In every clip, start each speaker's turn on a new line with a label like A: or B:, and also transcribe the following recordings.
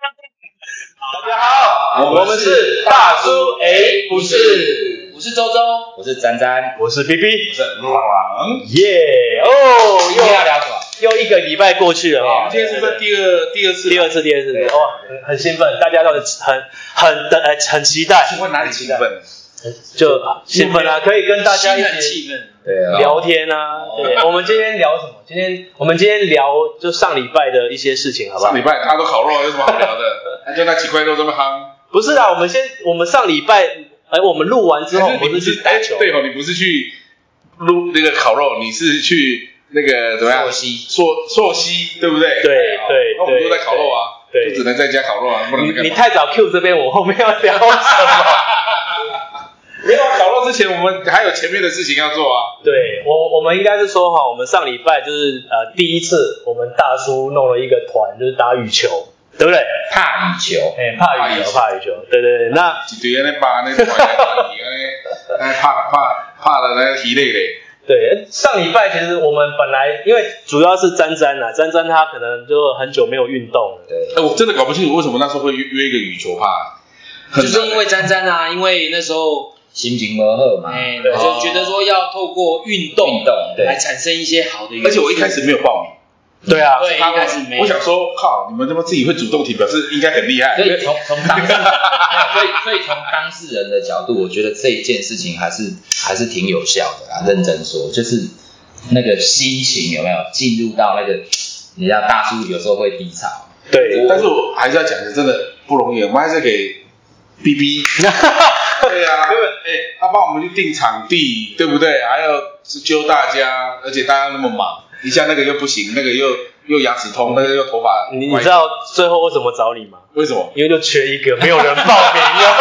A: 大家好，我们是大叔，哎，不是，
B: 我是周周，
C: 我是詹詹，
D: 我是 B B，
A: 不是朗。
D: 耶哦，
B: 今天要聊什么？
D: 又又一个礼拜过去了
A: 我
D: 啊
A: 们，哎今天是不是第二第二次？啊
D: 第二次，第二次，
A: 对
D: 哇，很很兴奋，大家都很很很的呃很期待，
A: 请问哪里兴奋？
D: 就兴奋啊，可以跟大家一
B: 心很
D: 起
B: 气愤，
C: 对啊，
D: 聊天啊。
A: 哦
D: 对，我们今天聊什么？今天我们今天聊就上礼拜的一些事情，好不好
A: 上？礼拜大家都烤肉，有什么好 聊的？那就那几块肉这么夯。
D: 不是啊啦，我们先我们上礼拜。哎，我们录完之后，
A: 可
D: 我
A: 是你
D: 们
A: 不
D: 是去
A: 是
D: 打
A: 哎
D: 球，
A: 对哦，你不是去撸那个烤肉，你是去那个怎么样？
B: 作息
A: 朔朔溪，对不对？
D: 对
A: 哦
D: 对
A: 那我们都
D: 对
A: 在烤肉啊，
D: 对
A: 就只能在家烤肉啊，不能
D: 你
A: 干
D: 你
A: 嘛？
D: 太早 Q 这边，我后面要聊什么？
A: 没有啊烤肉之前，我们还有前面的事情要做啊。
D: 对我，我们应该是说哈，我们上礼拜就是呃第一次，我们大叔弄了一个团，就是打羽球，对不对？
C: 怕羽球，
D: 哎、怕羽球，怕羽球，对对对。那
A: 一堆那把那团啊，那那怕怕怕的那疲累嘞。
D: 对呃上礼拜其实我们本来因为主要是詹詹啊，詹詹他可能就很久没有运动了，
C: 对
A: 哎，我真的搞不清楚为什么那时候会约约一个羽球趴，很
B: 就
A: 难
B: 是因为詹詹啊，因为那时候，
C: 欸心情磨合嘛，
B: 哎，
D: 对
B: 就觉得说要透过运动
C: 运动对
B: 来产生一些好的元素，
A: 而且我一开始没有报名，
D: 对啊，
B: 对一开始没有，
A: 我想说，靠，你们他妈自己会主动提，表示应该很厉害。
C: 所以从从当 事，没有所以所以从当事人的角度，我觉得这件事情还是还是挺有效的啦。认真说，就是那个心情有没有进入到那个，你知道大叔有时候会低潮，
D: 对，
A: 但是我还是要讲一下，真的不容易，我们还是给 B B。对啊，对，哎，他帮我们去订场地，对不对？还要揪大家，而且大家那么忙，一下那个又不行，那个又又牙齿痛，那个又头发歪。
D: 你你知道最后为什么找你吗？
A: 为什么？
D: 因为就缺一个，没有人报 名啊。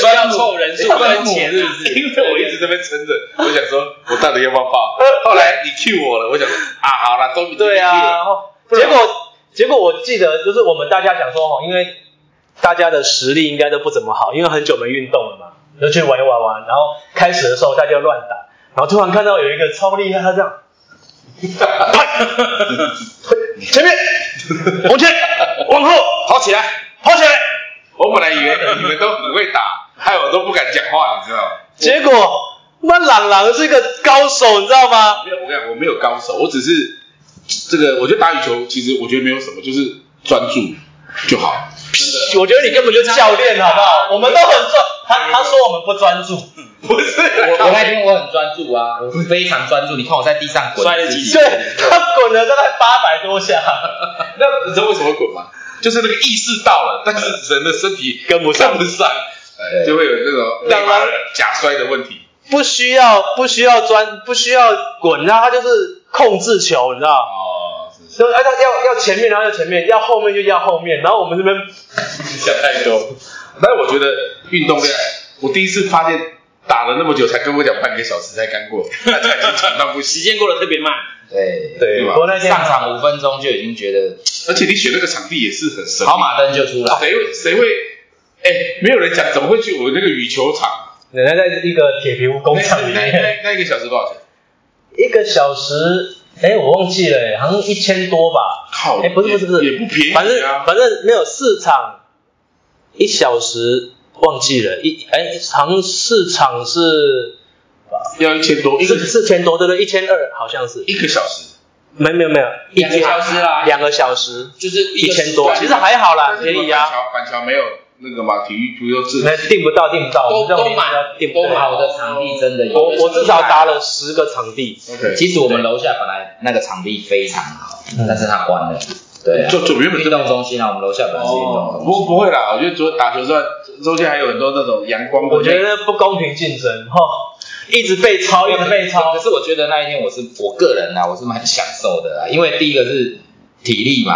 B: 说要凑人数跟钱是不是？
A: 因为我一直这边撑着，我想说，我到底要不要报？后来你 Q 我了，我想说啊，好了，都
D: 对啊，，结果结果我记得就是我们大家想说哦，因为大家的实力应该都不怎么好，因为很久没运动了嘛，就去玩一玩玩。然后开始的时候大家乱打，然后突然看到有一个超厉害，他这样，啪前 面往前往后
A: 跑起来！
D: 跑起来，
A: 我本来以为你们都很会打，害我都不敢讲话，你知道吗？
D: 结果那朗朗是个高手，你知道吗？
A: 没有，我跟你讲，我没有高手，我只是这个，我觉得打羽球其实我觉得没有什么，就是专注就好。
D: 我觉得你根本就是教练，好不好？我们都很专，他他说我们不专注。
A: 不是，啊
C: 我我那天我很专注啊，我非常专注。你看我在地上滚，
B: 摔了几次
D: 对他滚了大概八百多 下，
A: 那你知道为什么滚吗？就是那个意识到了，但是人的身体
D: 跟不上
A: 不上，哎就会有那种
D: 当然
A: 假摔的问题。
D: 不需要不需要钻，不需要滚，然后他就是控制球，你知道吗？
A: 哦，是
D: 就哎，他要要前面，然后要前面，要后面就要后面，然后我们这边
A: 想太多。但是我觉得运动量，我第一次发现打了那么久，才跟我讲半个小时才刚过，大家已经喘到不
B: 时
A: 行。
B: 间过得特别慢，
C: 对
D: 对
A: 吧
D: 我那天
C: 上场五分钟就已经觉得
A: 而且你选那个场地也是很神秘，
C: 跑马灯就出
D: 哦
C: 来，
A: 谁会谁会？哎，没有人讲怎么会去我那个羽球场？
D: 人家在一个铁皮屋工
A: 那
D: 厂里
A: 那
D: 面，
A: 那那一个小时多少钱？
D: 一个小时，哎，我忘记了，好像一千多吧，
A: 靠！
D: 哎，不是不是不是，
A: 也也不便宜啊。
D: 反正反正没有市场，一小时忘记了，一哎，好像市场是
A: 要一千多，一个
D: 是四千多，对不对？一千二好像是，
A: 一个小时，
D: 没没有没有，一
B: 两个小时啦，
D: 两个小时
B: 就是
D: 一
B: 个
D: 千多，
B: 时
D: 其
B: 段
D: 实还好啦，
A: 但是
D: 便
A: 你们
D: 宜啊
A: 板。桥板桥没有那个嘛，体育不就是
D: 那订不到，订不到，
B: 都
D: 我们这种
B: 都满
D: 订不
B: 都满
D: 到。
C: 好的场地真的有。
D: 我我至少打了十个场地，
A: ？OK，
C: 其实我们楼下本来那个场地非常好
D: 嗯，
C: 但是它关了。对啊，
A: 就就原本
C: 运动中心啊，我们楼下本来是运
A: 哦，
C: 动中
A: 不
C: 心。
A: 不会啦，我觉得昨打球之外，中间还有很多那种阳光的那。
D: 我觉得不公平竞争哈，一直被超，一直被超
C: 可。是我觉得那一天我是我个人啊，我是蛮享受的啊啦，因为第一个是体力嘛，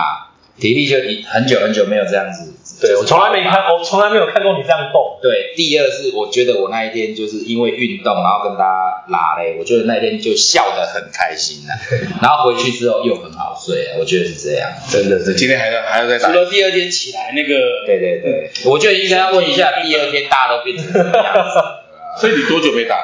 C: 体力就已很久很久没有这样子。
D: 对
C: 就是
D: 我从来没看，我从来没有看过你这样动。
C: 对，第二是我觉得我那一天就是因为运动，然后跟大家拉嘞，我觉得那一天就笑得很开心呐、然后回去之后又很好睡啊，我觉得是这样。
A: 真的是今天还要还要再打
B: 除。了第二天起来那个，
C: 对对对，我觉得应该要问一下，第二天大家都变成什么样子？
A: 所以你多久没打？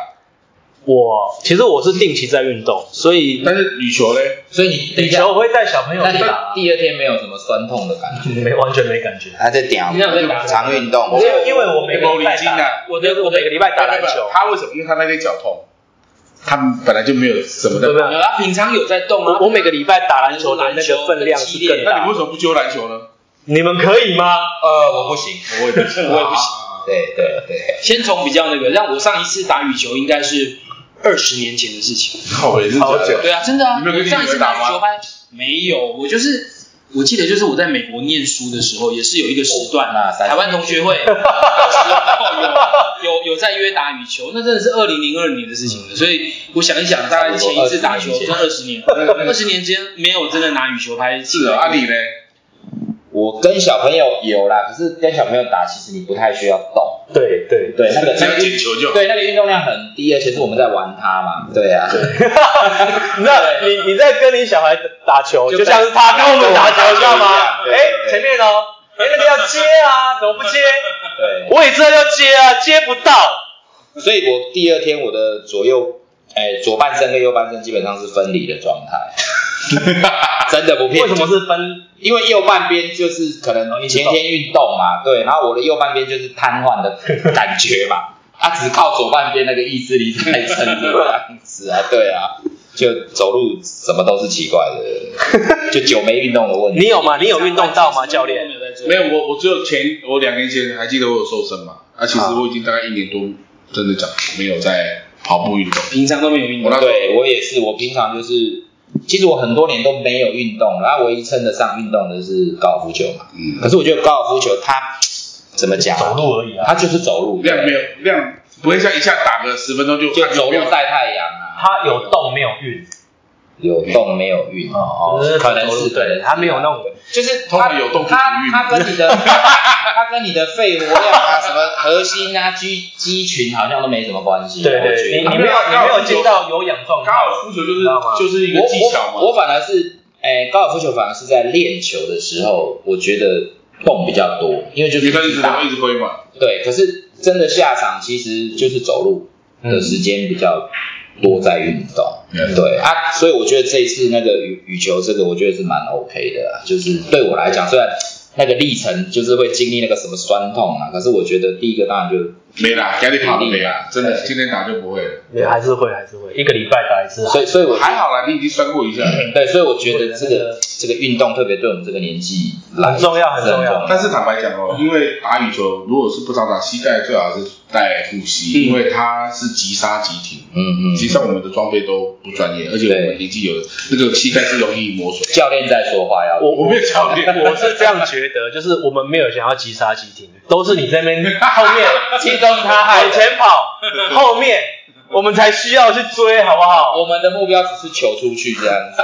D: 我其实我是定期在运动，所以
A: 但是羽球嘞，
C: 所以你等
D: 羽
C: 一下，
D: 球我会带小朋友
C: 那
D: 去
C: 你
D: 打，
C: 第二天没有什么酸痛的感觉？
D: 没完全没感觉。
E: 他在屌
B: 你想在打什么
E: 常运动，
D: 因为因为我每个
A: 没
D: 礼拜
A: 礼金啊
D: 打，我的我每个礼拜打篮球，
A: 他为什么？因为他那天脚痛，他本来就没有什么
D: 对
A: 的
D: 不。对？
B: 有啦，平常有在动啊。
D: 我我每个礼拜打篮球的那个分量是更
A: 那你
D: 大
A: 为。什么不揪篮球呢？
D: 你们可以吗？
C: 呃，我不行。
A: 我也不行，
B: 我也不行
A: 啊。
C: 对对对，
B: 先从比较那个，让我上一次打羽球应该是二十年前的事情。
A: 靠，也是
D: 好
A: 假
D: 久
A: 的
B: 对啊，真的啊。
A: 你没有跟
B: 我上一
A: 你
B: 次
A: 女儿打
B: 打
A: 吗
B: 羽球拍没有，我就是我记得就是我在美国念书的时候，也是有一个时段，
C: 哦那三十
B: 台湾同学会有时候 有有有在约打羽球，那真的是二零零二年的事
D: 嗯
B: 情了。所以我想一想，大概前一次打球
C: 差不
B: 跟
C: 多
B: 二十年，二十年间没有真的拿羽球拍
A: 是 啊，阿里呢？
C: 我跟小朋友有啦，可是跟小朋友打，其实你不太需要动。
D: 对对，
C: 对，那个
A: 只
C: 那
A: 要
C: 个
A: 捡球就好。
C: 对那个运动量很低，而且是我们在玩它嘛。对啊，
D: 那你你在跟你小孩打球，
C: 就
D: 就像是他跟我们打球一样吗？
C: 对
D: 哎，
C: 对
D: 前面哦，哎那个要接啊，怎么不接？
C: 对。
D: 我也知道要接啊，接不到。
C: 所以我第二天我的左右，哎，左半身跟右半身基本上是分离的状 态，真的不骗
D: 为
C: 你
D: 什。么是分？
C: 因为右半边就是可能
A: 哦
C: 前天运动嘛，对，然后我的右半边就是瘫痪的感觉嘛， 他只靠左半边那个意志力在撑着这样子啊， 对啊，就走路什么都是奇怪的， 就久没运动的问
D: 你
C: 题。
D: 有吗？你有运动到吗，教练？
A: 没有，我我只有前我两年前还记得我有瘦身嘛，啊，其实我已经大概一年多，真的讲没有在跑步运动。
B: 平常都没有运
A: 我那。
B: 动
A: 时候
C: 对我也是，我平常就是，其实我很多年都没有运动，然后唯一称得上运动的是高尔夫球嘛，
A: 嗯
C: 可是我觉得高尔夫球它怎么讲啊，
D: 路而已。
C: 它就是走路，
A: 量没有量，不会像一下打个十分钟就
C: 就
A: 看
C: 走路
A: 有没有
C: 晒太阳啊，
D: 他有动没有运，
C: 有动没有运
D: 哦就是
C: 可能
D: 走路
C: 是
D: 对
C: 可能是
D: 他没有那种
C: 就是
A: 通常
C: 他
A: 有动就
C: 他
A: 不运
C: 他跟你的他跟你的肺活量啊，什么核心啊、肌肌群好像都没什么关系。
D: 对
C: 我
D: 对，
C: 觉
D: 你
C: 得啊
D: 你没有
A: 高尔夫
D: 你没有进
A: 球
D: 到有氧状态
A: 高。尔夫球就
D: 知
A: 是
D: 道吗
A: 就是一个技巧
C: 我我
A: 嘛。
C: 我反而是，哎，高尔夫球反而是在练球的时候，我觉得动比较多，因为就
A: 因为
C: 是
A: 他一直
C: 打
A: 挥一直挥嘛，
C: 对，可是真的下场其实就是走路
D: 嗯
C: 的时间比较多在运动。
A: 嗯
C: 对啊，所以我觉得这一次那个羽羽球这个，我觉得是蛮 OK 的啦。就是对我来讲，虽然那个历程就是会经历那个什么酸痛啊，可是我觉得第一个当然就
A: 没啦，压力跑了
C: 体力
A: 没啦，真的
C: 对
A: 今天打就不会了。
D: 对，还是会还是会，一个礼拜打一次。啊
C: 所以所以我
A: 还好啦，你已经酸过一下，
C: 对，所以我觉得这
D: 我觉得
C: 个这个运动，特别对我们这个年纪来
D: 很重要很重要
C: 要
A: 但是坦白讲哦，因为打羽球如果是不常打，膝盖最好是带护膝，因为它是急刹急停。
C: 嗯嗯，
A: 实际上我们的装备都不专业，而且我们年纪有那个膝盖是容易磨损。
C: 教练在说话要。
A: 我没有教练，
D: 我是这样觉得，就是我们没有想要急刹急停，都是你这边后面，
C: 其实都是他害的
D: 往前跑，后面我们才需要去追，好不好？
C: 我们的目标只是求出去这样子，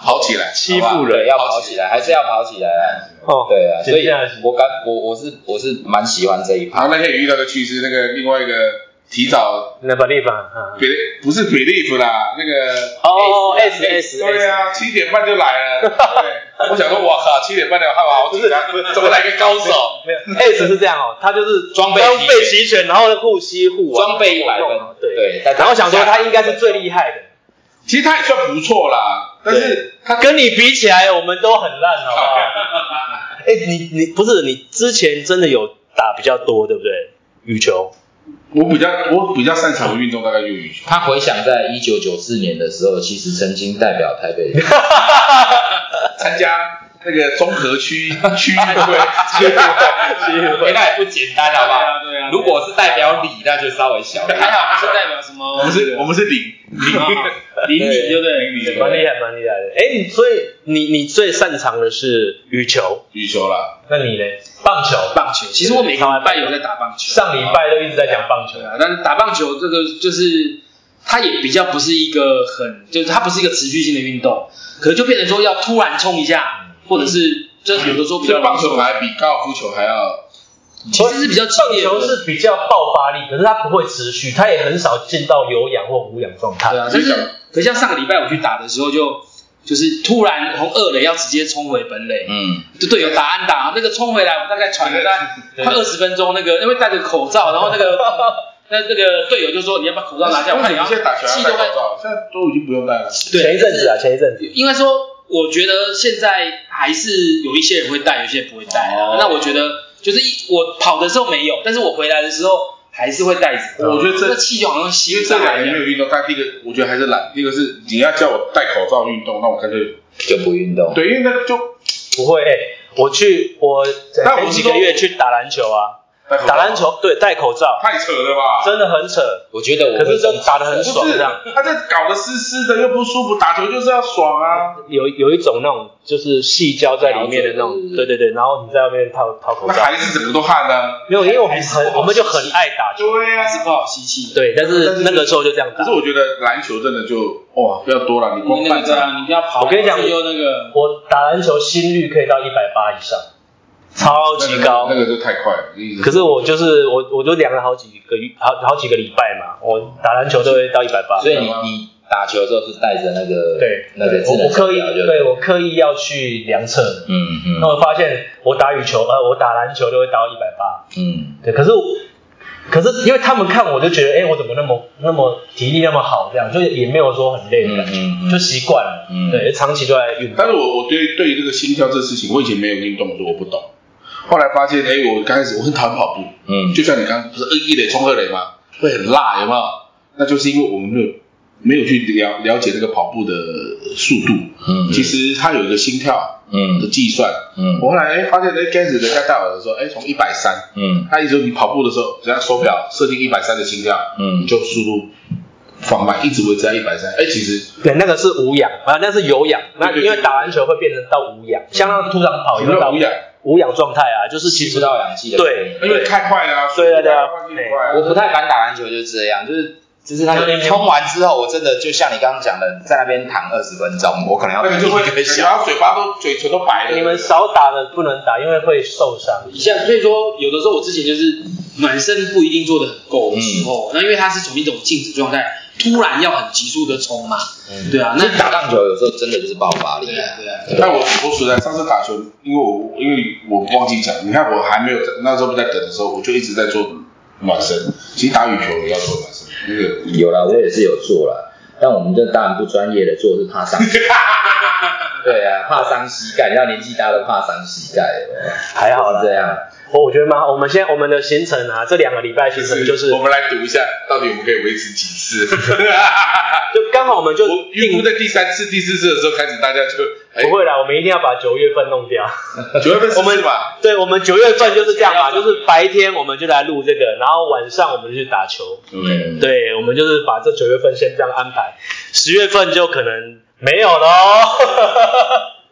A: 好起来，
D: 欺
C: 好
D: 负
C: 不好对
D: 人
C: 要跑起来，还是要跑起来啊。
D: 哦，
C: 对啊，所以
D: 接下来是
C: 我刚我我是我是蛮喜欢这一趴。
A: 然后那天也遇到个趣事，那个另外一个提早
D: 那把地方，啊
A: 别不是 believe 啦，那个
B: 哎
D: 哦，S S
A: 对
D: S，
A: 啊，七点半就 来了。对，我想说，我靠，七点半了，害我好紧张，怎么来个高手？
D: 没有 S 是这样哦，他就是
C: 装备
D: 装备
C: 齐
D: 齐全，然后护膝护腕
C: 装备一百
D: 有
C: 分
D: 用哦对
C: 对
D: 然后想说他应该是最厉害的，
A: 其实他也算不错啦，但是他
D: 跟你比起来，我们都很烂，好不好？哎、你你不是你之前真的有打比较多，对不对？羽球，
A: 我比较我比较擅长的运动大概就羽球。
C: 他回想在一九九四年的时候，其实曾经代表台北
A: 参加那个综合区区域 会，
C: 哎那也不简单，好不好
B: 对啊？对啊
C: 如果是代表李，那就稍微小一点。
B: 还好不是代表什么，
A: 我们是我们是 零啊
B: 邻里，对不对？
A: 零
D: 蛮厉害，蛮厉害的。哎、你所以你你最擅长的是羽球，
A: 羽球啦，
D: 那你呢？棒球，
B: 棒球，其实我每个礼拜有在打棒球，
D: 上
A: 啊
D: 礼拜都一直在讲棒球
B: 对，啊，但是打棒球这个就是它也比较不是一个很，就是它不是一个持续性的运动，可能就变成说要突然冲一下，或者是就是有的时候比较
A: 这棒球还比高尔夫球还要
B: 其实是比较激
D: 棒
B: 烈
D: 球
B: 的，
D: 是比较爆发力，可是它不会持续，它也很少进到有氧或无氧状态
B: 对。啊，但是可像上个礼拜我去打的时候就。就是突然从二垒要直接冲回本垒，
C: 嗯，
B: 就队友打安打，那个冲回来，我大概喘了大概快二十分钟，那个因为戴着口罩，然后那个那那个队友就说你要把口罩拿下，我
A: 为
B: 看
A: 什
B: 你
A: 么
B: 要
A: 现在打球啊
B: 气
A: 要戴
B: 都快
A: 口罩？现在都已经不用戴了。
B: 对
D: 前一阵子啊，前一阵子，
B: 应该说，我觉得现在还是有一些人会戴，有些人不会戴啦。
A: 哦
B: 那我觉得就是一我跑的时候没有，但是我回来的时候还是会戴着。
A: 我觉得这
B: 那气就好像
A: 因
B: 吸
A: 为
B: 不上
A: 这两
B: 来
A: 年
B: 一
A: 没
B: 样。
A: 有运动，但第一个我觉得还是懒，第一个是你要叫我戴口罩运动，那我干脆
C: 就不运动。
A: 对，因为那个就
D: 不会哎、我去我
A: 但
D: 前
A: 我是
D: 几
A: 说
D: 个月去打篮球啊，
A: 戴口罩
D: 打篮球对戴口罩，
A: 太扯了吧？
D: 真的很扯，
C: 我觉得我
D: 可
C: 会
D: 是真
C: 中
D: 的打得很
A: 不
D: 爽
A: 是
D: 这样。，
A: 他这搞得湿湿的又不舒服，打球就是要爽啊！
D: 有有一种那种就是细胶在里面的那
C: 了
D: 种，
C: 解
D: 对对对，然后你在外面套套口
A: 那
D: 罩，
A: 还是整个都汗啊呢。
D: 没有，因为我
B: 还
D: 们
B: 是不好
D: 很我们就很爱打球，
A: 对呀
B: 还是不好吸气的。
D: 对，但
A: 但
D: 是
A: 是
D: 那个时候就这样打
A: 可是。我觉得篮球真的就哇，不要多了，你
B: 你
A: 光
B: 那
A: 半
B: 个这
A: 场
B: 样，你不要跑，
D: 我跟你讲
B: 就那个
D: 我打篮球心率可以到一百八以上，超级高
A: 那。个就太快了。你
D: 可是我就是我，我就量了好几个月好好几个礼拜嘛，我打篮球都会到一百八。
C: 所以你你打球的时候是带着那个
D: 对，
C: 那个智
D: 我
C: 能
D: 我刻意
C: 手表就
D: 对我刻意要去量测的。
C: 嗯
D: 那
C: 嗯
D: 我发现我打羽球，呃，我打篮球都会打到一百八。
C: 嗯，
D: 对，可是我可是因为他们看我就觉得，哎，我怎么那么那么体力那么好，这样就也没有说很累的感觉，
C: 嗯嗯嗯
D: 就习惯了。
C: 嗯
D: 对，长期都在运动
A: 但。是我我对对于这个心跳这事情，我以前没有运动的时候我不懂，后来发现，哎、我刚开始我很讨厌跑步，
C: 嗯
A: 就像你刚刚不是二一垒冲二垒嘛，会很辣，有没有？那就是因为我们没有没有去了了解这个跑步的速度，
C: 嗯
A: 其实它有一个心跳的
C: 嗯
A: 计算，
C: 嗯
A: 我后来哎、发现，哎、开始人家带我的时候，哎、从一百三，
C: 嗯
A: 他一直你跑步的时候，只要手表设定一百三的心跳，
C: 嗯
A: 你就速度放慢，一直维持在一百三，哎，其实
D: 对，那个是无氧啊，那是有氧。那
A: 对对
D: 因为打篮球会变成到无氧，相当突然跑也
A: 没
D: 会
A: 有
D: 到
A: 无氧，
D: 无氧状态啊，就是其
C: 吸不
D: 实
C: 到氧气的
D: 对
C: 原因
A: 因为太快了、啊，
D: 对啊对啊
A: 换气很快啊
C: 我不太敢打篮球，就是这样，就是就是那个冲完之后，我真的就像你刚刚讲的，在那边躺二十分钟，我可能要
A: 那个就会
C: 一个小时
A: 然后嘴巴都嘴唇都白了。
D: 你们少打的不能打，因为会受伤。
B: 一下，所以说有的时候我之前就是暖身不一定做的很够的
C: 嗯
B: 时候，那因为它是从一种静止状态，突然要很急速的冲嘛，对啊，那
C: 嗯打棒球有时候真的就是爆发力
B: 对啊
C: 啊。
B: 对啊，
A: 但我我说实在，上次打球，因为我因为我忘记讲，你看我还没有那时候不在等的时候，我就一直在做暖身。其实打羽球也要做暖身，那个
C: 有啦，我也是有做啦，但我们这当然不专业的做是怕伤。 对啊，怕伤膝盖，你知道年纪大都怕伤膝盖，有没有
D: 还好啦
C: 就是这样。
D: 我我觉得蛮好，我们现在我们的行程啊，这两个礼拜行程就是
A: 我们来赌一下，到底我们可以维持几次？
D: 就刚好我们就
A: 我预估在第三次、第四次的时候开始，大家就哎
D: 不，会啦，我们一定要把九月份弄掉。
A: 九月份我们吧，
D: 对，我们九月份就是这样嘛， 就是白天我们就来录这个，然后晚上我们就去打球。
A: OK，
D: 对，我们就是把这九月份先这样安排，十月份就可能没有喽。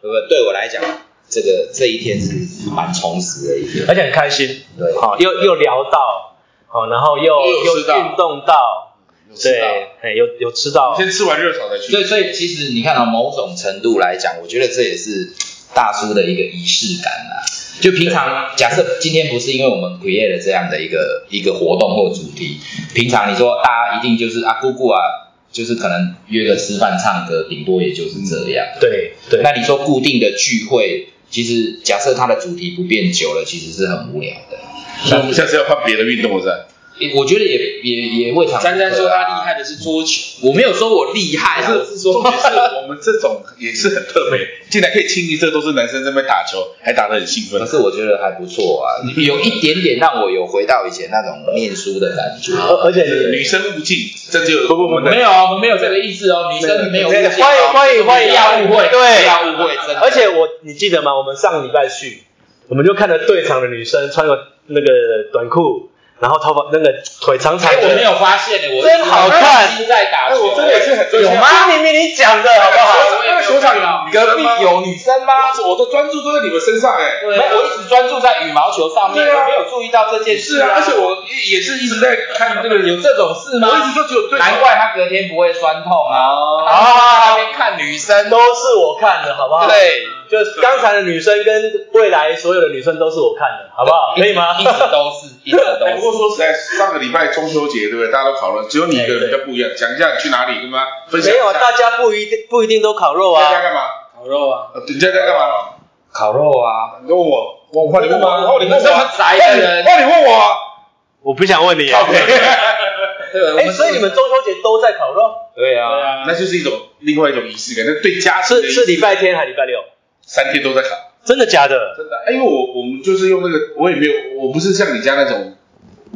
C: 不不，对我来讲，这个这一天是蛮充实的一天。
D: 而且很开心，
C: 对
D: 好、又又聊到，好、然后又
A: 又有
D: 又
A: 吃到
D: 运动到，
A: 吃到
D: 对，哎，有有吃到，
A: 啊先吃完热炒再去。
C: 所以所以其实你看到、某种程度来讲，我觉得这也是大叔的一个仪式感啦。就平常假设今天不是因为我们 create 了这样的一个一个活动或主题，平常你说大家一定就是啊姑姑啊，就是可能约个吃饭唱歌，顶多也就是
B: 嗯
C: 这样。
D: 对对，
C: 那你说固定的聚会，其实假设它的主题不变久了，其实是很无聊的。
A: 所以我们下次要换别的运动了，是吧？
C: 也我觉得也也也未尝不可啊
B: 詹詹说他厉害，的是桌球，
C: 我没有说我厉害啊，我是说
A: 重点是我们这种也是很特别，竟然可以清一色都是男生在那边打球，还打得很兴奋
C: 可。是我觉得还不错啊，有一点点让我有回到以前那种念书的感觉。啊
D: 而而且
A: 女生无尽，这就
D: 不不不
C: 没有啊，呃我没有这个意思哦，女生没有误
D: 对
C: 解
D: 对
C: 哦，
D: 对欢迎欢迎欢迎
C: 不要误会，
D: 对
C: 不要误会，真的。
D: 而且我，你记得吗？我们上礼拜去，我们就看了队场的女生穿个那个短裤，然后头发那个腿长长
C: 哎，我没
D: 的，
C: 有发现呢，我
D: 真好看
C: 心在打
A: 哎，
C: 球，欸
A: 我真的也是很专
D: 有
A: 心。
D: 吗？明明你讲的好不好？
A: 那个球场有
C: 隔壁有女生吗？
A: 我我的专注都在你们身上哎。
C: 没有，我一直专注在羽毛球上面，
A: 对啊
C: 我没有注意到这件事
A: 是啊，而且我也是一直在看这个
C: 有
A: 人，
C: 这种事
A: 我一直
C: 吗？
A: 说只有对手
C: 难怪他隔天不会酸痛啊！
D: 好好好
C: 他在那边看女生，
D: 都是我看的，好不好？，
C: 对，
D: 就是刚才的女生跟未来所有的女生都是我看的，好不好？可以吗
C: 一？直都是，一直都
A: 哎
C: 是。
A: 不过说实在，上个礼拜中秋节对不对？大家都讨论，只有你一个人比较不一样。讲一下你去哪里，跟大家分享
D: 没
A: 一
D: 有，
A: 下。
D: 大家不一定不一定都烤肉
A: 大家
D: 啊。
A: 干嘛？
B: 烤肉啊，
A: 呃你在在干嘛？
C: 烤肉啊，
A: 你问我，我换你问我，换你问
C: 这
A: 我
C: 么
A: 啊，
C: 宅的人，
A: 换你问我啊。
D: 我不想问你啊。
A: OK，
C: 对我
D: 哎，
C: 们
D: 所以你们中秋节都在烤肉，
C: 对
B: 对
C: 啊，
B: 啊，
A: 那就是一种另外一种仪式感，那对家庭的
D: 是
A: 仪
D: 是
A: 式
D: 礼拜天还是礼拜六？
A: 三天都在烤。
D: 真的假的？
A: 真的，哎因为我我们就是用那个，我也没有，我不是像你家那种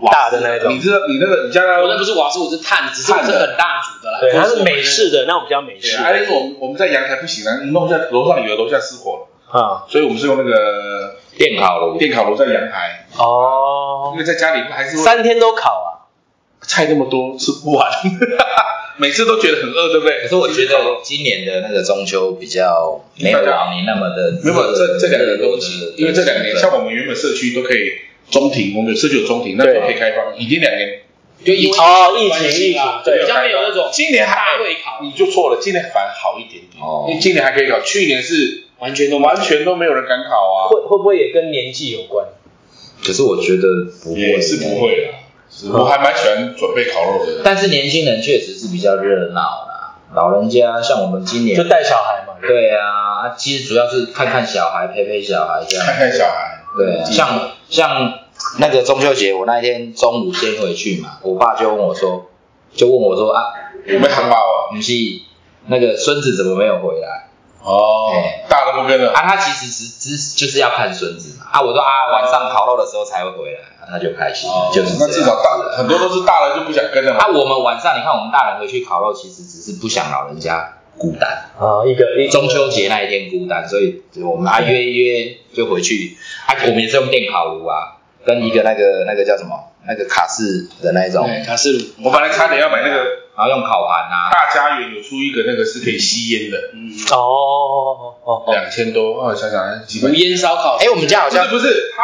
A: 瓦
D: 大
A: 斯
D: 的那一种
A: 你知道你那个你家
B: 我那
A: 那
B: 不是瓦斯，我是炭，只是我
A: 炭
B: 是
A: 的
B: 很大组的啦。
D: 对，
B: 就
D: 它是
B: 我们
D: 美式的，那我们叫美
A: 对
D: 式
A: 啊，因为我们我们在阳台不行啊，弄下楼上有楼下失火了，
D: 啊。
A: 所以我们是用那个
C: 电烤炉，
A: 电烤炉在阳台，因
D: 哦，
A: 为在家里还是会
D: 三天都烤啊。
A: 菜那么多吃不完， 每次都觉得很饿，对不对？
C: 可是我觉得今年的那个中秋比较没有往年那么的
A: 没有这这两年都
C: 热
A: 因为这两年像我们原本社区都可以中庭，我们有社区有中庭，那时候可
D: 对
A: 以开放，已经两年，
B: 就啊因为
D: 哦疫情
B: 关
D: 疫
B: 系啦
D: 情对
B: 比较没有那种
A: 今年还
B: 大会考，
A: 你就错了，今年反而好一点点，
C: 哦
A: 因为今年还可以考，去年是
B: 完全都没有
A: 完全都没有人敢考啊，
D: 会会不会也跟年纪有关？
C: 可是我觉得不
A: 也
C: 会，
A: 是不。会啦。我还蛮喜欢准备烤肉的，
C: 但是年轻人确实是比较热闹啦，老人家像我们今
D: 就
C: 年，
D: 带小孩嘛。对
C: 对啊，啊其实主要是看看小孩，陪陪小孩这样。
A: 看看小孩。
C: 对啊，像像那个中秋节，我那一天中午先回去嘛，我爸就问我说，就问我说啊，
A: 有没有喊爸哦？
C: 不是那个孙子怎么没有回来？
A: 哦，大的不跟了
C: 啊，。他其实只只就是要看孙子嘛。啊，我说啊，晚上烤肉的时候才会回来，啊他就开心，
A: 哦
C: 就是
A: 那至少大
C: 了。
A: 很多都是大人就不想跟了嘛
C: 啊，。我们晚上你看，我们大人回去烤肉，其实只是不想老人家孤单，
D: 啊，一个一
C: 中秋节那一天孤单，所以我们啊约一约就回去。啊，我们也是用电烤炉啊，跟一个那个那个叫什么那个卡式的那一种，
B: 对，卡斯鲁，
A: 我本来差点要买那个
C: 然后用烤盘啊，
A: 大家园有出一个那个是可以吸烟的，
B: 嗯，
D: 哦哦哦哦，
A: 两千多，哦，想想几百
B: 无。烟烧烤，
C: 哎，我们家好
A: 不是
C: 像
A: 不是，它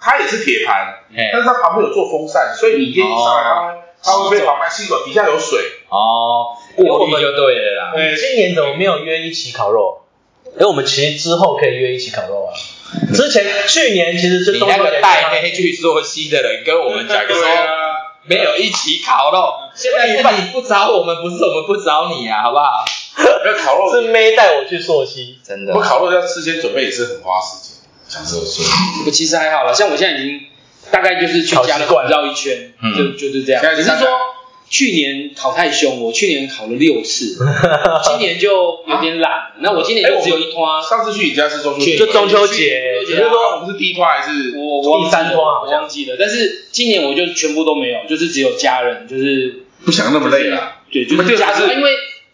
A: 它也是铁盘，
C: 哎
A: 但是它旁边有做风扇，所以你烟一上来，它会它会被旁边吸走，底下有水。
C: 哦，过滤就对了啦。
A: 哎
D: 今年怎么没有约一起烤肉？因为我们其实之后可以约一起烤肉啊。之前去年其实是
C: 你
D: 中
C: 那
D: 秋
C: 个
D: 节
C: 带黑去说西的人跟我们讲说
A: 对啊
C: 没有一起烤肉，现在是你不找我们，不是我们不找你啊，好不好？
A: 没有烤肉，
D: 是妹带我去溯溪，
C: 真的
A: 我，烤肉要事先准备也是很花时间。讲这个说，
B: 我其实还好了，像我现在已经大概就是去家乐福绕一 圈，
C: 嗯
B: 就就是这样
A: 现。在
B: 只
A: 就是大概
B: 说去年考太凶，我去年考了六 次，今年就有点懒。那我今年
A: 哎
B: 就
A: 我
B: 只有一拖，
A: 上次去你家是中秋
B: 去
A: 节，
D: 就中秋节，
B: 去
A: 你
B: 中
A: 是
B: 秋节啊
A: 说我们是第一团还是？
B: 我我忘
D: 第
B: 记
D: 三
B: 了，
D: 拖好
B: 我
D: 像
B: 忘记了。但是今年我就全部都没有，就是只有家人，就是
A: 不想那么累啊啦。
B: 对，
A: 我
B: 就
A: 们
B: 是
A: 这个
B: 家
A: 是
B: 人，因为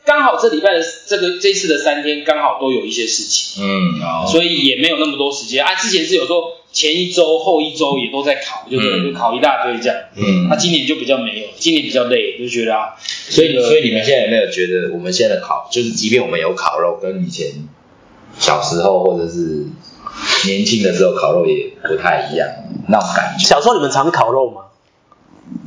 B: 刚好这礼拜的这个这一次的三天刚好都有一些事情。
C: 嗯，
A: 哦
B: 所以也没有那么多时间啊。之前是有时候前一周、后一周也都在考，就对，
C: 嗯
B: 就考一大堆这样。
C: 嗯
B: 那、，啊今年就比较没有，今年比较累，就觉得啊，
C: 所以所以你们现在有没有觉得我们现在的烤，就是即便我们有烤肉，跟以前小时候或者是年轻的时候烤肉也不太一样那种感觉？
D: 小时候你们常烤肉吗？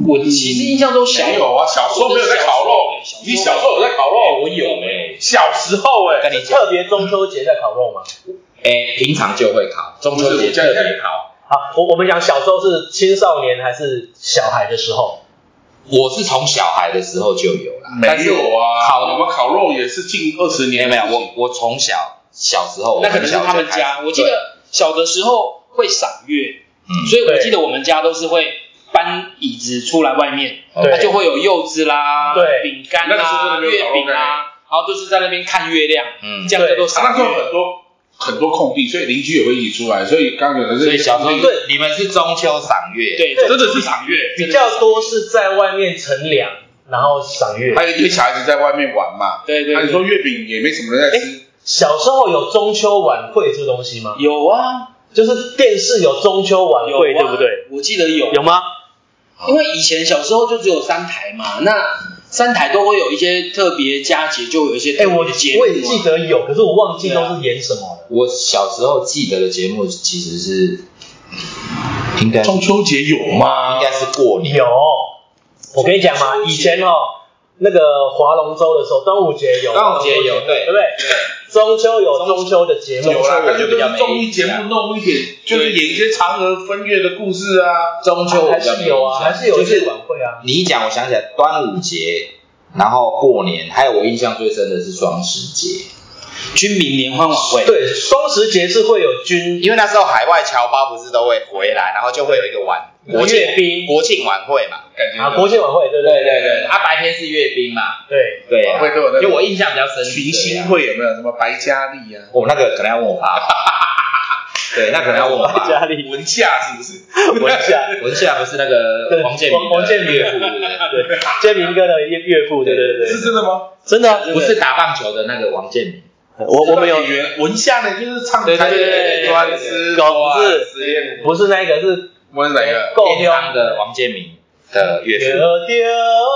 B: 我其实印象中小
A: 没有啊，小时候没有在烤肉
B: 小时候，
A: 你小时候有在烤肉？
C: 我有哎、
A: 小时候哎，
C: 跟你讲，
D: 特别中秋节在烤肉吗？
C: 哎、平常就会烤，中秋节特别烤。
D: 啊，我我们讲小时候是青少年还是小孩的时候？
C: 我是从小孩的时候就有啦，但
A: 没
C: 是
A: 有啊，
C: 烤
A: 我们烤肉也是近二十
C: 没有
A: 年
C: 没有，我我从小小时候，
B: 那可能是他们家。我记得小的时候会赏月，所
C: 以
B: 以我
D: 对
B: 记得我们家都是会搬椅子出来外面，
D: 对
B: 它
C: 哦
B: 就会有柚子啦、
D: 对
B: 饼干
A: 那个时候真
B: 啦、
A: 的没有烤
B: 月
A: 肉
B: 饼
A: 概念
B: 啦，然后就是在那边看月亮，
C: 嗯
B: 这样叫做
A: 啊那
B: 赏
A: 时候
B: 月。
A: 很多很多空地，所以邻居也会一起出来，所以刚刚有的是
C: 所以小时候
A: 对，
C: 你们是中秋赏月，，
B: 对，
A: 真的是赏月，
D: 比较多是在外面乘凉，然后赏月。
A: 还有一堆小孩子在外面玩嘛。
B: 对对
A: 那
B: 对
A: 啊你说月饼也没什么人在吃，
D: 小时候有中秋晚会这东西吗？
B: 有啊，
D: 就是电视有中秋晚
B: 有啊
D: 会，对不对？？
B: 我记得有，
D: 有吗？
B: 因为以前小时候就只有三台嘛，那三台都会有一些特别佳节，就有一些
D: 哎，
B: 特
D: 我
B: 别的节目、
D: 我
B: 啊
D: 也记，得有，可是我忘记
B: 对
D: 都
B: 啊
D: 是演什么了。
C: 我小时候记得的节目其实是，嗯应该
A: 中
C: 应
A: 秋节有吗？
C: 该是过年，
D: 有，我跟你讲嘛
B: 中秋，节
D: 以前哦，那个划龙舟的时候，端午节有，
C: 端午节有对
D: 对不对？中秋有中秋的节目，
A: 有啦，
C: 我
A: 他
C: 就
A: 就
C: 比较
A: 是
C: 没
A: 综艺
C: 印象
A: 节目弄一点，就是演一些嫦娥奔月的故事啊。
C: 中秋我
D: 还
C: 比较没
D: 是有啊，
C: 印象
D: 还是有
C: 就
D: 一些
C: 是
D: 晚会啊。
C: 你一讲，我想起来端午节，然后过年，还有我印象最深的是双十节。
B: 军民联欢晚会，
D: 对，双十节是会有军
E: 因为那时候海外侨胞不是都会回来，然后就会有一个晚国庆
D: 阅兵
E: 国庆晚会嘛。
A: 感觉
D: 啊国庆晚会，对不
C: 对
D: 对
C: 对对，啊，白天是阅兵嘛，
D: 对，
C: 对
A: 晚
C: 啊，
A: 会都有那
C: 就我
A: 种
C: 印象比较深，
A: 群星，会有没有什么白嘉丽啊？
C: 哦，那个可能要问我爸， 对，那可能要问我爸。
D: 家里
A: 文夏是不是？
D: 闻一下，
C: 文夏不是那个
D: 对
C: 王建民的
D: 王王建民
C: 岳父，对不对
D: 对，建明哥的岳岳父，对对对
A: 是
D: 对，
A: 真的吗？
D: 真的啊
C: 不是打棒球的那个王建民，
D: 呃我我们有
A: 演员文夏呢，就是唱
C: 对对对对对
A: 专司
D: 狗不是
A: 是，
D: 不是那一个是
A: 我是哪一个？
D: 够
C: 电
D: 丢
C: 商的王建民的岳
D: 丢
C: 父。
D: 丢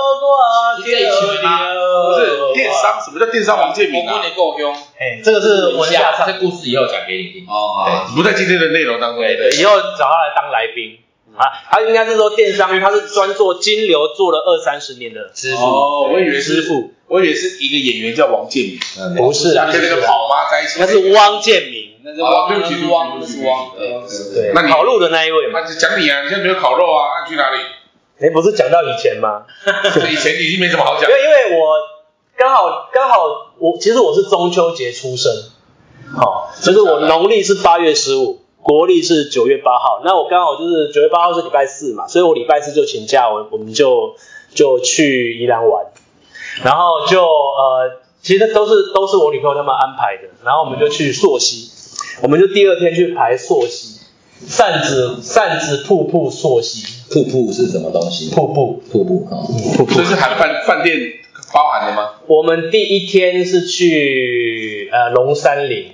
D: 挂丢
A: 不是
D: 丢，
A: 电商，什么叫电商王建民
B: 我
A: 啊
B: 跟？你够凶，
D: 哎，这个是文夏唱
C: 这故事以后讲给你听。
A: 哦，不在今天的内容当中。
C: 对
D: 对，以后找他来当来宾啊，他应该是说电商，因为他是专做金流做了二三十年的
C: 师傅，
A: 哦，我以为
D: 师
A: 是，
D: 傅，
A: 我以为是一个演员叫王建民，
C: 呃
D: 不是啊，
A: 跟那个跑妈在一起。
D: 那是汪建明，
B: 那是
A: 哦，
B: 汪，
A: 对不
B: 那
A: 起，对
B: 是
A: 不起
B: 汪，那
A: 对不起
B: 是汪，
A: 对
B: 对
A: 不起
D: 对
A: 呃那，你
D: 跑路的那一位嘛
A: 那。就讲你啊，你现在没有烤肉啊，那去 哪里？
D: 哎，不是讲到以前吗？
A: 所以以前已经没什么好
D: 因
A: 讲。
D: 为因为我刚好刚好我其实我是中秋节出生，好、就是我农历是八月十五，国历是九月八号。那我刚好就是九月八号是礼拜四嘛，所以我礼拜四就请假，我我们就就去宜兰玩，然后就呃，其实都是都是我女朋友他们安排的，然后我们就去溯溪，我们就第二天去排溯溪，扇子扇子瀑布溯溪
C: 瀑布是什么东西？
D: 瀑布
C: 瀑布哦，
D: 瀑布
A: 所以是含饭饭店包含的吗？
D: 我们第一天是去呃龙山岭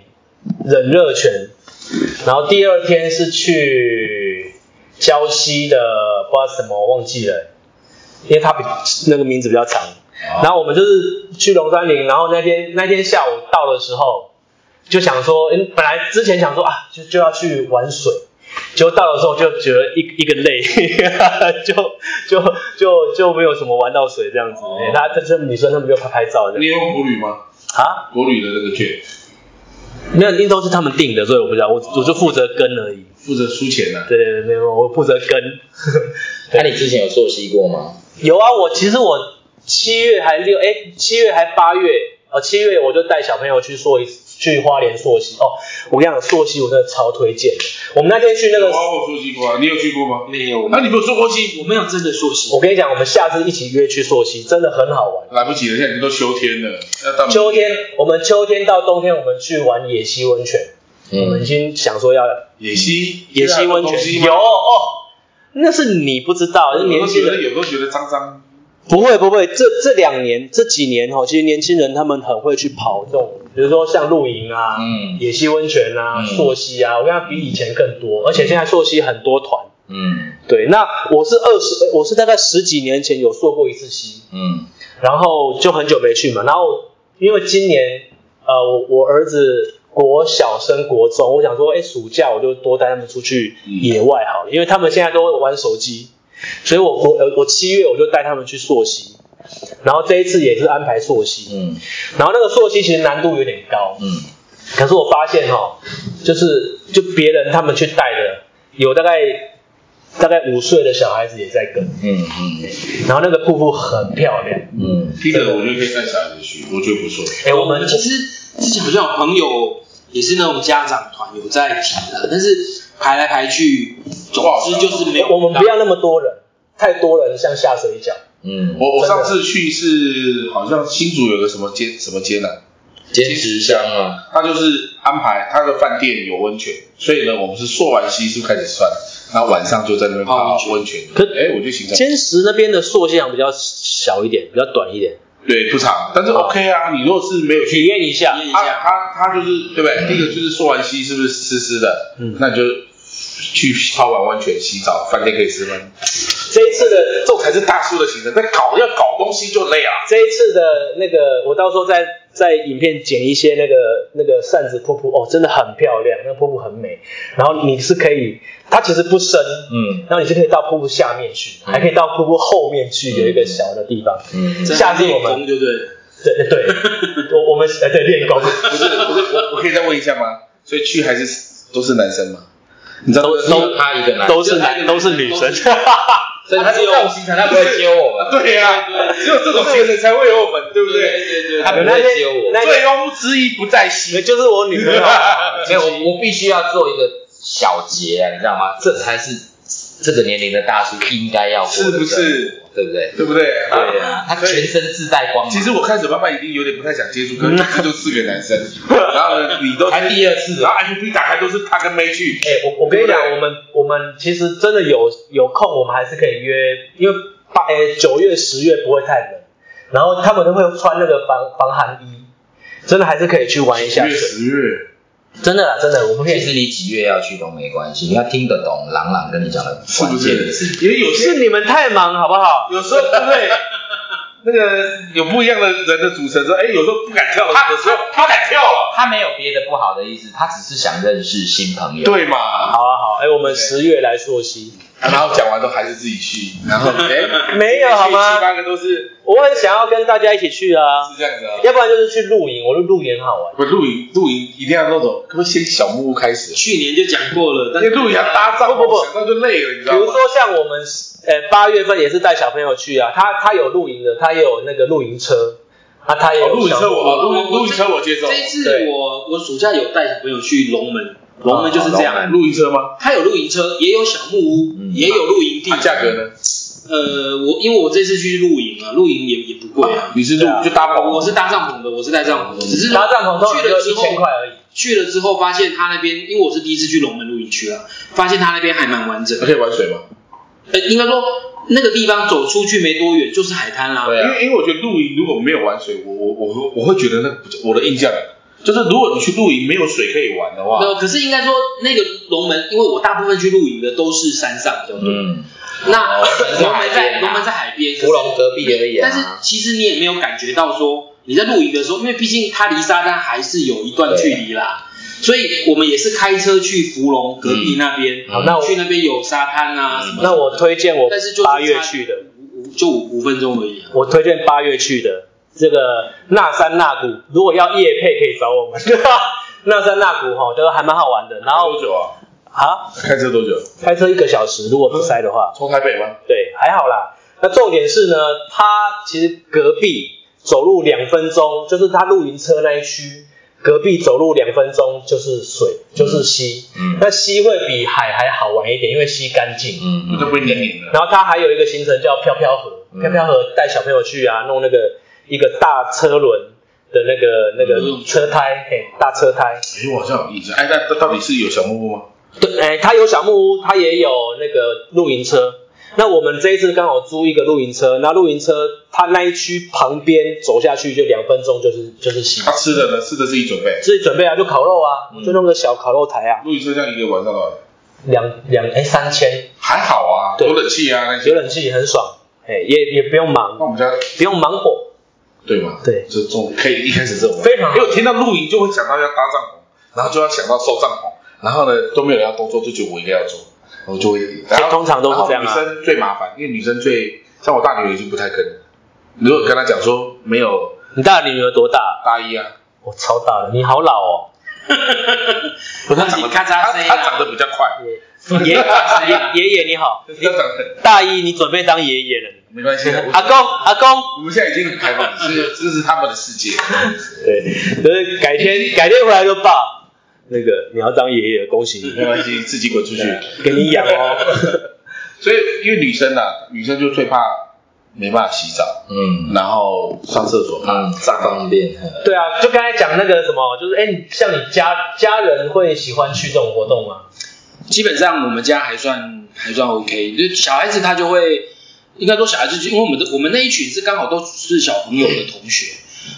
D: 忍热泉，然后第二天是去礁溪的不知道什么我忘记了，因为它比那个名字比较长。然后我们就是去龙山岭，然后那天那天下午到的时候，就想说，嗯，本来之前想说啊，就就要去玩水，结果到的时候就觉得一一个累， 就就就就没有什么玩到水这样子。
A: 哦
D: 欸那、这这女生她们就拍拍照这
A: 你
D: 样
A: 有用国旅吗？
D: 啊，
A: 国旅的那个券
D: 没有，因为都是他们定的，所以我不知道，我我就负责跟而已。
A: 负责出钱的。
D: 对对对，没有，我负责跟。
C: 那你之前有溯溪过吗？
D: 有啊，我其实我七月还六，哎，七月还八月，哦，七月我就带小朋友去溯一去花莲溯溪哦。我跟你讲，溯溪我真的超推荐的。我们那天去那个，
A: 我我有去过啊，你有去过吗？
B: 没有，
A: 那你没有出国去？
B: 我没有真的说
D: 我
B: 行，
D: 跟你讲，我们下次一起约去溯溪，真的很好玩。
A: 来不及了，现在已经都秋天了，要到
D: 秋天，我们秋天到冬天，我们去玩野溪温泉。我们已
C: 嗯，
D: 经想说要
A: 野溪啊
D: 野溪温泉，有
A: 有。
D: 哦，那是你不知道，是
A: 我
D: 年
A: 都
D: 轻
A: 觉
D: 人
A: 得有，都觉得脏脏。
D: 不会不会，这这两年这几年哈，其实年轻人他们很会去跑这种，比如说像露营啊、
C: 嗯
D: 野溪温泉啊、
C: 嗯
D: 溯溪啊，我跟他比以前更多，而且现在溯溪很多团。
C: 嗯
D: 对，那我是二十，我是大概十几年前有溯过一次溪，
C: 嗯
D: 然后就很久没去嘛。然后因为今年呃，我我儿子国小升国中，我想说，哎，暑假我就多带他们出去野外好了，因为他们现在都会玩手机，所以我我呃我七月我就带他们去溯溪，然后这一次也是安排溯溪，
C: 嗯
D: 然后那个溯溪其实难度有点高，
C: 嗯，
D: 可是我发现哦，就是就别人他们去带的，有大概大概五岁的小孩子也在跟，
C: 嗯嗯
D: 然后那个瀑布很漂亮，
C: 嗯，
A: 听着我就可以带小孩子去，我觉得不错。
D: 哎，我
B: 我
D: 们
B: 们其实之前好像有朋友也是那种家长团有在提的，但是排来排去，总之就是没有。
D: 我们不要那么多人，太多人像下水饺。
C: 嗯，
A: 我我
D: 真
A: 上
D: 的
A: 次去是好像新竹有个什么街什么街呢？
C: 坚持香啊，
A: 他就是安排他的饭店有温泉，所以呢，我们是溯完溪是不是开始算，然后晚上就在那边泡温泉。
D: 可
A: 哎，我就行程
D: 坚石那边的溯溪比较小一点，比较短一点，
A: 对不长，但是 OK 啊，你如果是没有
D: 体
A: 去，
D: 验一下。
B: 验一
A: 他
B: 下，
A: 他他就是对不对？第一个就是溯完溪是不是湿湿的，
D: 嗯
A: 那你就去泡完温泉洗澡，饭店可以吃吗？
D: 这一次的
A: 这种才是大叔的行程，但搞要搞东西就累啊。
D: 这一次的那个，我到时候再在影片剪一些那个那个扇子瀑布，哦，真的很漂亮，那个瀑布很美。然后你是可以，它其实不深，
C: 嗯
D: 然后你是可以到瀑布下面去，还可以到瀑布后面去，有一个小的地方。
C: 嗯
B: 在
D: 下次我们
B: 练功对不对？
D: 对对，我我们呃对练功，
A: 不是不是，我我可以再问一下吗？所以去还是都是男生吗？你知道
D: 都
A: 这个
D: 都
C: 他一个 男，
D: 都是男都是女生。
B: 所以
C: 他
B: 只
C: 是
B: 有
C: 这种行程，他不会揪我们，
A: 对呀、只有这种行程才会有我们，对不
B: 对
A: 对？
B: 对对
C: 他
B: 对，
C: 不会揪我。
D: 那
A: 醉翁之意哦不在
D: 那
A: 西，
D: 就是我女朋友。哎
C: 没有，我我必须要做一个小结啊，你知道吗？这才是这个年龄的大叔应该要过的
A: 是不
C: 生
A: 是？
C: 活？对不对？
A: 对不对？
C: 对啊，他全身自带光芒。
A: 其实我开始慢慢已经有点不太想接触，可能 就是就四个男生，然后呢，你都
C: 才第二次
A: 然
C: 啊，
A: 后 FB 打开都是他跟妹去，
D: 哎、我我跟你
A: 对不
D: 讲，
A: 对
D: 我们我们其实真的有有空，我们还是可以约，因为八哎九月十月不会太冷，然后他们都会穿那个防防寒衣，真的还是可以去玩一下
A: 月。十月，
D: 真的啦，真的，我们可
C: 其
D: 以。
C: 实你几月要去都没关系，你要听得懂朗朗跟你讲的
A: 是
C: 关
A: 不
C: 键的事
A: 是
C: 情。？
A: 因为有些
D: 是你们太忙好不好？
A: 有时候对不对？ 那个有不一样的人的组成说，哎，有时候不敢跳的时候，他敢跳啊了，
C: 他没有别的不好的意思，他只是想认识新朋友。
A: 对嘛？
D: 好啊好，哎、我们十月来溯溪，
A: 然后讲完都还是自己去，然 后哎，
D: 没有好吗
A: 七八个都是
D: 我很想要跟大家一起去啊，
A: 是这样子啊。
D: 要不然就是去露营，我觉得露营很好玩。
A: 不露营，露营一定要那种，可不可以先小木屋开始？
B: 去年就讲过了，
A: 因
B: 但
A: 为露营要搭帐
D: 不不
A: 篷，
D: 不
A: 想到就累了，你知
D: 比
A: 道
D: 如
A: 吗
D: 说？像我们呃八月份也是带小朋友去啊，他他有露营的，他也有那个露营车，啊他也有
A: 哦露营车
D: 小
A: 我哦露营露营车我接受
B: 这，一次
D: 对
B: 我我暑假有带小朋友去龙门，龙门就是
C: 哦
B: 这
C: 龙
B: 样，
A: 露营车吗？
B: 它有露营车，也有小木屋，
C: 嗯
B: 也有露营地
A: 啊，。价格呢？
B: 呃，我因为我这次去露营啊，露营也也不贵啊。
A: 你是露
D: 对啊
A: 就哦搭
B: 我
A: 棚，
B: 是搭帐篷的，我是带帐篷的，只是
D: 搭帐篷通常
B: 去
D: 就
B: 了之
D: 一
B: 后
D: 千块而已。
B: 去了之后发现他那边，因为我是第一次去龙门露营区啊，发现他那边还蛮完整的。
A: 可以玩水吗？
B: 呃，应该说那个地方走出去没多远就是海滩啦、
C: 对
A: 因
C: 啊，
A: 为因为我觉得露营如果没有玩水，我我我会我会觉得那个不我的印象啊就是，如果你去露营没有水可以玩的话，
B: 那呃可是应该说那个龙门，因为我大部分去露营的都是山上比较多。
C: 嗯，
B: 那
C: 哦龙门在海边啊
B: 龙门在龙门在海边，
C: 芙蓉隔壁而已啊
B: 但是其实你也没有感觉到说你在露营的时候，因为毕竟它离沙滩还是有一段距离啦，所以我们也是开车去芙蓉隔壁那边，
C: 嗯好
D: 那我
B: 去那边有沙滩啊
C: 嗯
B: 什么的。
D: 那我推荐我
B: 但是就是
D: 八月
B: 差
D: 去的，
B: 五就五五分钟而已啊。
D: 我推荐八月去的这个那山那谷，如果要夜配可以找我们。 那山那谷哈，就是还蛮好玩的。然后
A: 多久啊？
D: 啊，
A: 开车多久？
D: 开车一个小时，如果不塞的话，
A: 从台北吗？
D: 对，还好啦。那重点是呢，它其实隔壁走路两分钟，就是它露营车那一区，隔壁走路两分钟就是水，就是溪。
C: 嗯
D: 那溪会比海还好玩一点，因为溪干净。
C: 嗯
A: 我
C: 嗯
A: 就不会黏黏的。
D: 然后它还有一个行程叫飘飘河，
C: 嗯
D: 飘飘河带小朋友去啊，弄那个一个大车轮的那个那
B: 嗯
D: 个车胎，嘿，大车胎。
A: 哎，我好像有印象。哎，那那到底是有小木屋吗？
D: 对，哎，它有小木屋，它也有那个露营车。那我们这一次刚好租一个露营车，那露营车它那一区旁边走下去就两分钟就是就是溪，
A: 他吃的呢？吃的自己准备。
D: 自己准备啊，就烤肉啊，就弄个小烤肉台啊，
A: 露营车这样一个晚上多少钱？
D: 两两哎三千，
A: 还好啊，
D: 对
A: 有冷气啊那些
D: 有。冷气很爽，哎也也不用
A: 那
D: 忙，
A: 我们家
D: 不用忙火，
A: 对吗？
D: 对
A: 就这种可以一开始这种，
D: 非常好
A: 因为我听到露营就会想到要搭帐篷，然后就要想到收帐篷，然后呢都没有人要动作，就觉得我应该要做，我就会。然后
D: 通常都是这样啊
A: 然后女生最麻烦，因为女生最像我大女儿已经不太跟了，如果跟她讲说没有
D: 你大女儿多大？
A: 大一啊，
D: 我、超大了，你好老哦。
B: 不
A: 她长得
B: 咔
A: 她
B: 嚓声
A: 她长
B: 啊，
A: 得比较快，
D: 爷爷爷爷爷你好，
A: 她长得
D: 大一你准备当爷爷了。
A: 没关系啊，
D: 阿公阿公，
A: 我们现在已经很开放，是这是他们的世界。
D: 对，就是改天改天回来就爸，那个你要当爷爷，恭喜
A: 没
D: 你，
A: 关系，自己滚出去。
D: 给你养哦。
A: 所以，因为女生啊，女生就最怕没办法洗澡，
C: 嗯
A: 然后上厕所怕
C: 嗯，
A: 脏，
C: 方便。嗯
D: 对啊，就刚才讲那个什么，就是哎、你像你家家人会喜欢去这种活动吗？
B: 基本上我们家还算还算 OK，就小孩子他就会，应该说小孩子就，因为我们的我们那一群是刚好都是小朋友的同学，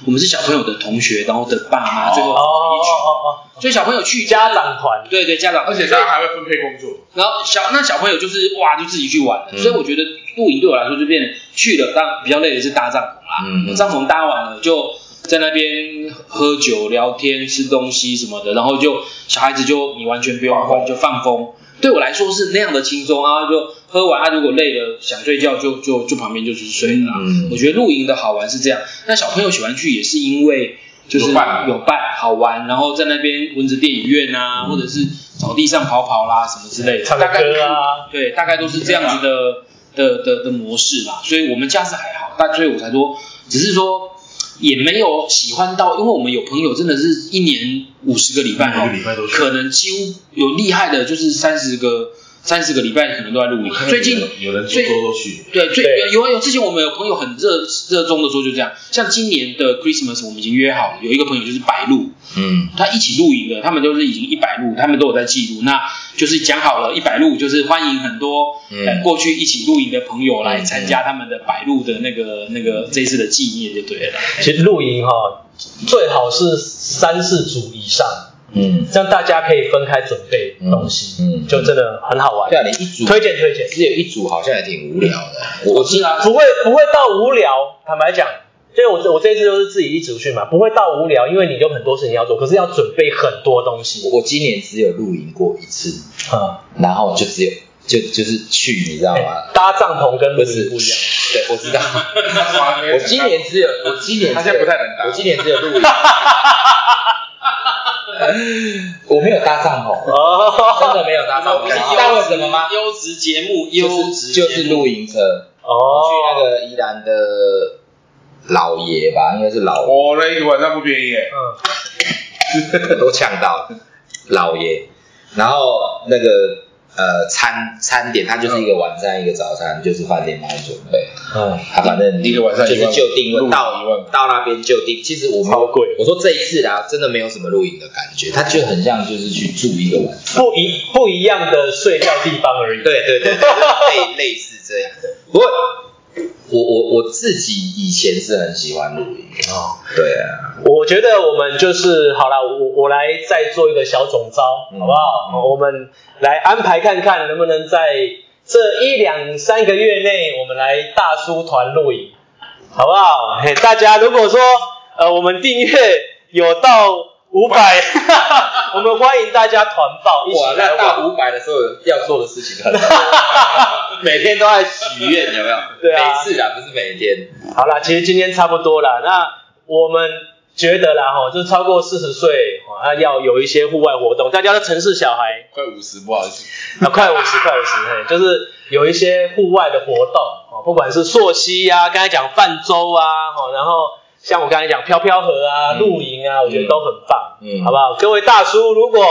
B: 我们是小朋友的同学，然后的爸妈最后
D: 哦
B: 组成
D: 哦
B: 一群，
D: 哦哦，
B: 所以小朋友去
D: 家长团，
B: 对对家长，
A: 而且
B: 所以
A: 他还会分配工作。
B: 然后小那小朋友就是哇就自己去玩了，
C: 嗯
B: 所以我觉得露营对我来说就变成去了，当然比较累的是搭帐篷啦。
C: 嗯
B: 帐篷搭完了，就在那边喝酒、聊天、吃东西什么的，然后就小孩子就你完全不用管，就放风。对我来说是那样的轻松啊，就喝完，他、如果累了想睡觉就就就旁边就去睡了、啊。
C: 嗯
B: 我觉得露营的好玩是这样，那小朋友喜欢去也是因为就是
A: 有
C: 啊
A: 伴
B: 有伴好玩，然后在那边蚊子电影院
C: 嗯
B: 啊，或者是草地上跑跑啦什么之类的，
D: 唱个
B: 大概
D: 歌啊，
B: 对，大概都是这样子的的的的模式啦，所以我们家是还好，但所以我才说，只是说也没有喜欢到，因为我们有朋友真的是一年五十个礼拜
F: 每
B: 哦
F: 个，礼拜都去
B: 可能几乎有厉害的，就是三十个三十个礼拜可能都在录影。最近
F: 有人做
B: 最
F: 周都去，
B: 对，最
D: 对
B: 有有有之前我们有朋友很热热衷的说就这样，像今年的 Christmas 我们已经约好了，有一个朋友就是白鹿，
C: 嗯，
B: 他一起露营的，他们都是已经一百路，他们都有在记录。那就是讲好了，一百路就是欢迎很多、
C: 嗯
B: 呃过去一起露营的朋友来
C: 嗯
B: 参加他们的百路的那个那个这一次的纪念就对了。
D: 其实露营哈、最好是三四组以上，
C: 嗯，
D: 这样大家可以分开准备东西，
C: 嗯嗯
D: 就真的很好玩。
C: 对啊，你一组
D: 推荐推荐，
C: 只有一组好像也挺无聊的，我
B: 是啊，
D: 不会不会到无聊。坦白讲，就是我我这一次都是自己一组去嘛，不会到无聊，因为你有很多事情要做，可是要准备很多东西
C: 我今年只有露营过一次，
D: 啊、
C: 然后就只有就就是去，你知道吗？
D: 搭帐篷跟露
C: 不是
D: 营不一样。
C: 对，我知道。
A: 我
C: 我今年只有，我今年只有
A: 他现在不太能搭
C: 我今年只有露营。 我没有搭帐篷，
D: 哦
C: 真的没有搭帐篷。你知道为什么吗？
B: 优质节目，
C: 就
B: 优质
C: 是
B: 节
C: 就
B: 目
C: 是露营车，我去那
D: 哦，
C: 个宜兰的老爷吧，应该是老爷，
A: 哦，那一个晚上不便宜耶，
D: 嗯，
C: 都呛到了老爷。然后那个呃餐餐点，它就是一个晚餐一个早餐，就是饭店帮你准备。
D: 哎，
C: 啊，反正
A: 一个晚上
C: 就是
A: 一万
C: 就定
A: 露
C: 位
A: 营
C: 到
A: 一万
C: 到那边就定。其实我们
D: 超贵
C: 我说这一次啊，真的没有什么露营的感觉，它就很像就是去住一个晚上。
D: 不一不一样的睡觉地方而已。
C: 对对对， 对类类似这样的。不过我我我自己以前是很喜欢露营。
D: 哦，
C: 对啊，
D: 我觉得我们就是好啦，我我来再做一个小总招，
C: 嗯
D: 好不好？
C: 嗯
D: 我们来安排看看能不能在这一两三个月内，我们来大叔团露营，好不好？嘿，大家如果说呃我们订阅有到五百， 我们欢迎大家团报一起
C: 哇，
D: 来
C: 那
D: 玩
C: 到。五百的时候要做的事情很多， 每天都在许愿，有没 有？
D: 对啊
C: 每次啦，不是每天。
D: 好啦，其实今天差不多啦。那我们觉得啦，哈，就是超过四十岁，哦那要有一些户外活动。大家都城市小孩，
A: 快五十，不好意思。
D: 啊，快五 十，快五十，嘿，就是有一些户外的活动哦，不管是溯溪啊，刚才讲泛舟啊，哦，然后像我刚才讲飘飘河啊、露营啊，我觉得都很棒，
C: 嗯
D: 好不好？各位大叔，如果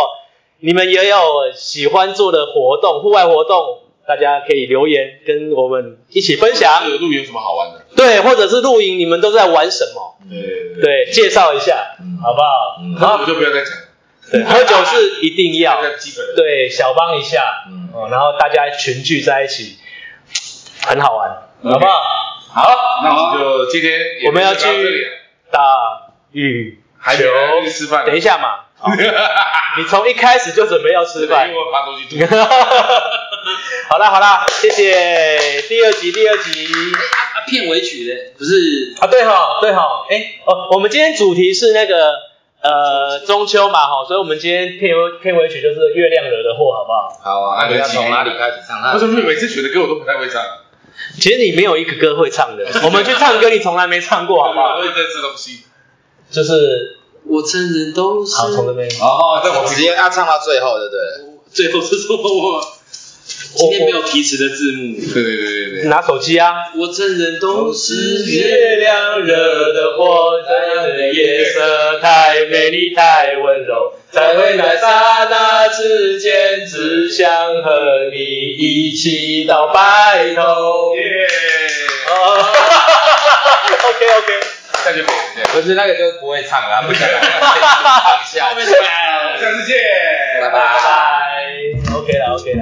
D: 你们也有喜欢做的活动，户外活动，大家可以留言跟我们一起分享
A: 这，个露营有什么好玩的？
D: 对，或者是露营你们都在玩什么？
A: 对，
D: 对，介绍一下，
C: 嗯
D: 好不好？
C: 嗯
A: 那我
D: 好
A: 们，就不要再讲，
D: 对，喝酒是一定要
A: 大，家基本的。
D: 对，小帮一下，
C: 嗯
D: 哦，然后大家群聚在一起，很好玩，好不好？好，
A: 那我们就今天也
D: 我们要
A: 就到这里
D: 去
A: 了
D: 大羽
A: 还没来得及吃饭，
D: 等一
A: 下，
D: 下嘛，哦你从一开始就准备要吃
A: 因为
D: 饭。
A: 我把东 西吐。
D: 好啦好啦，谢谢第二集第二集
B: 啊啊片尾曲的，不是
D: 啊，对哈对哈，哎哦，我们今天主题是那个呃中秋嘛哈，所以我们今天片尾片尾曲就是月亮惹的祸，好不好？
C: 好啊，那你要从哪里开始唱？那
A: 为什么你每次选的歌我都不太会唱？
D: 其实你没有一个歌会唱 的，我们去唱歌你从来没唱过，好不
A: 我
D: 好？
A: 会在吃东西。
D: 就是
B: 我承认都是
D: 好，从这边。
C: 哦，
A: 在我
C: 直
A: 屁
C: 接要唱到最后，对不对？
B: 最后是说我今天没有提词的字幕，
A: 对对对对对。
D: 拿手机啊。
B: 我承认都是月亮。
D: 亮惹的祸，这样的夜色太美丽太温柔，才会在刹那之间，只想和你一起到白头。
A: 耶！
D: 哦 OK OK，
A: 下去美人
C: 不是那个就不会唱了，不讲了，放 下。
A: 家，下次见，
C: 拜
D: 拜
C: 拜
D: 拜。OK 啦 OK 啦。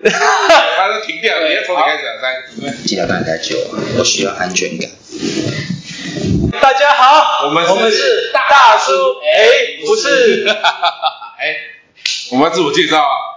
A: 把它停掉，你要从你开始讲三。
C: 记得大家酒啊，我需要安全感。
D: 大家好，
A: 我们是
D: 我们是大叔，哎，不是。
A: 哎，我们要自我介绍啊。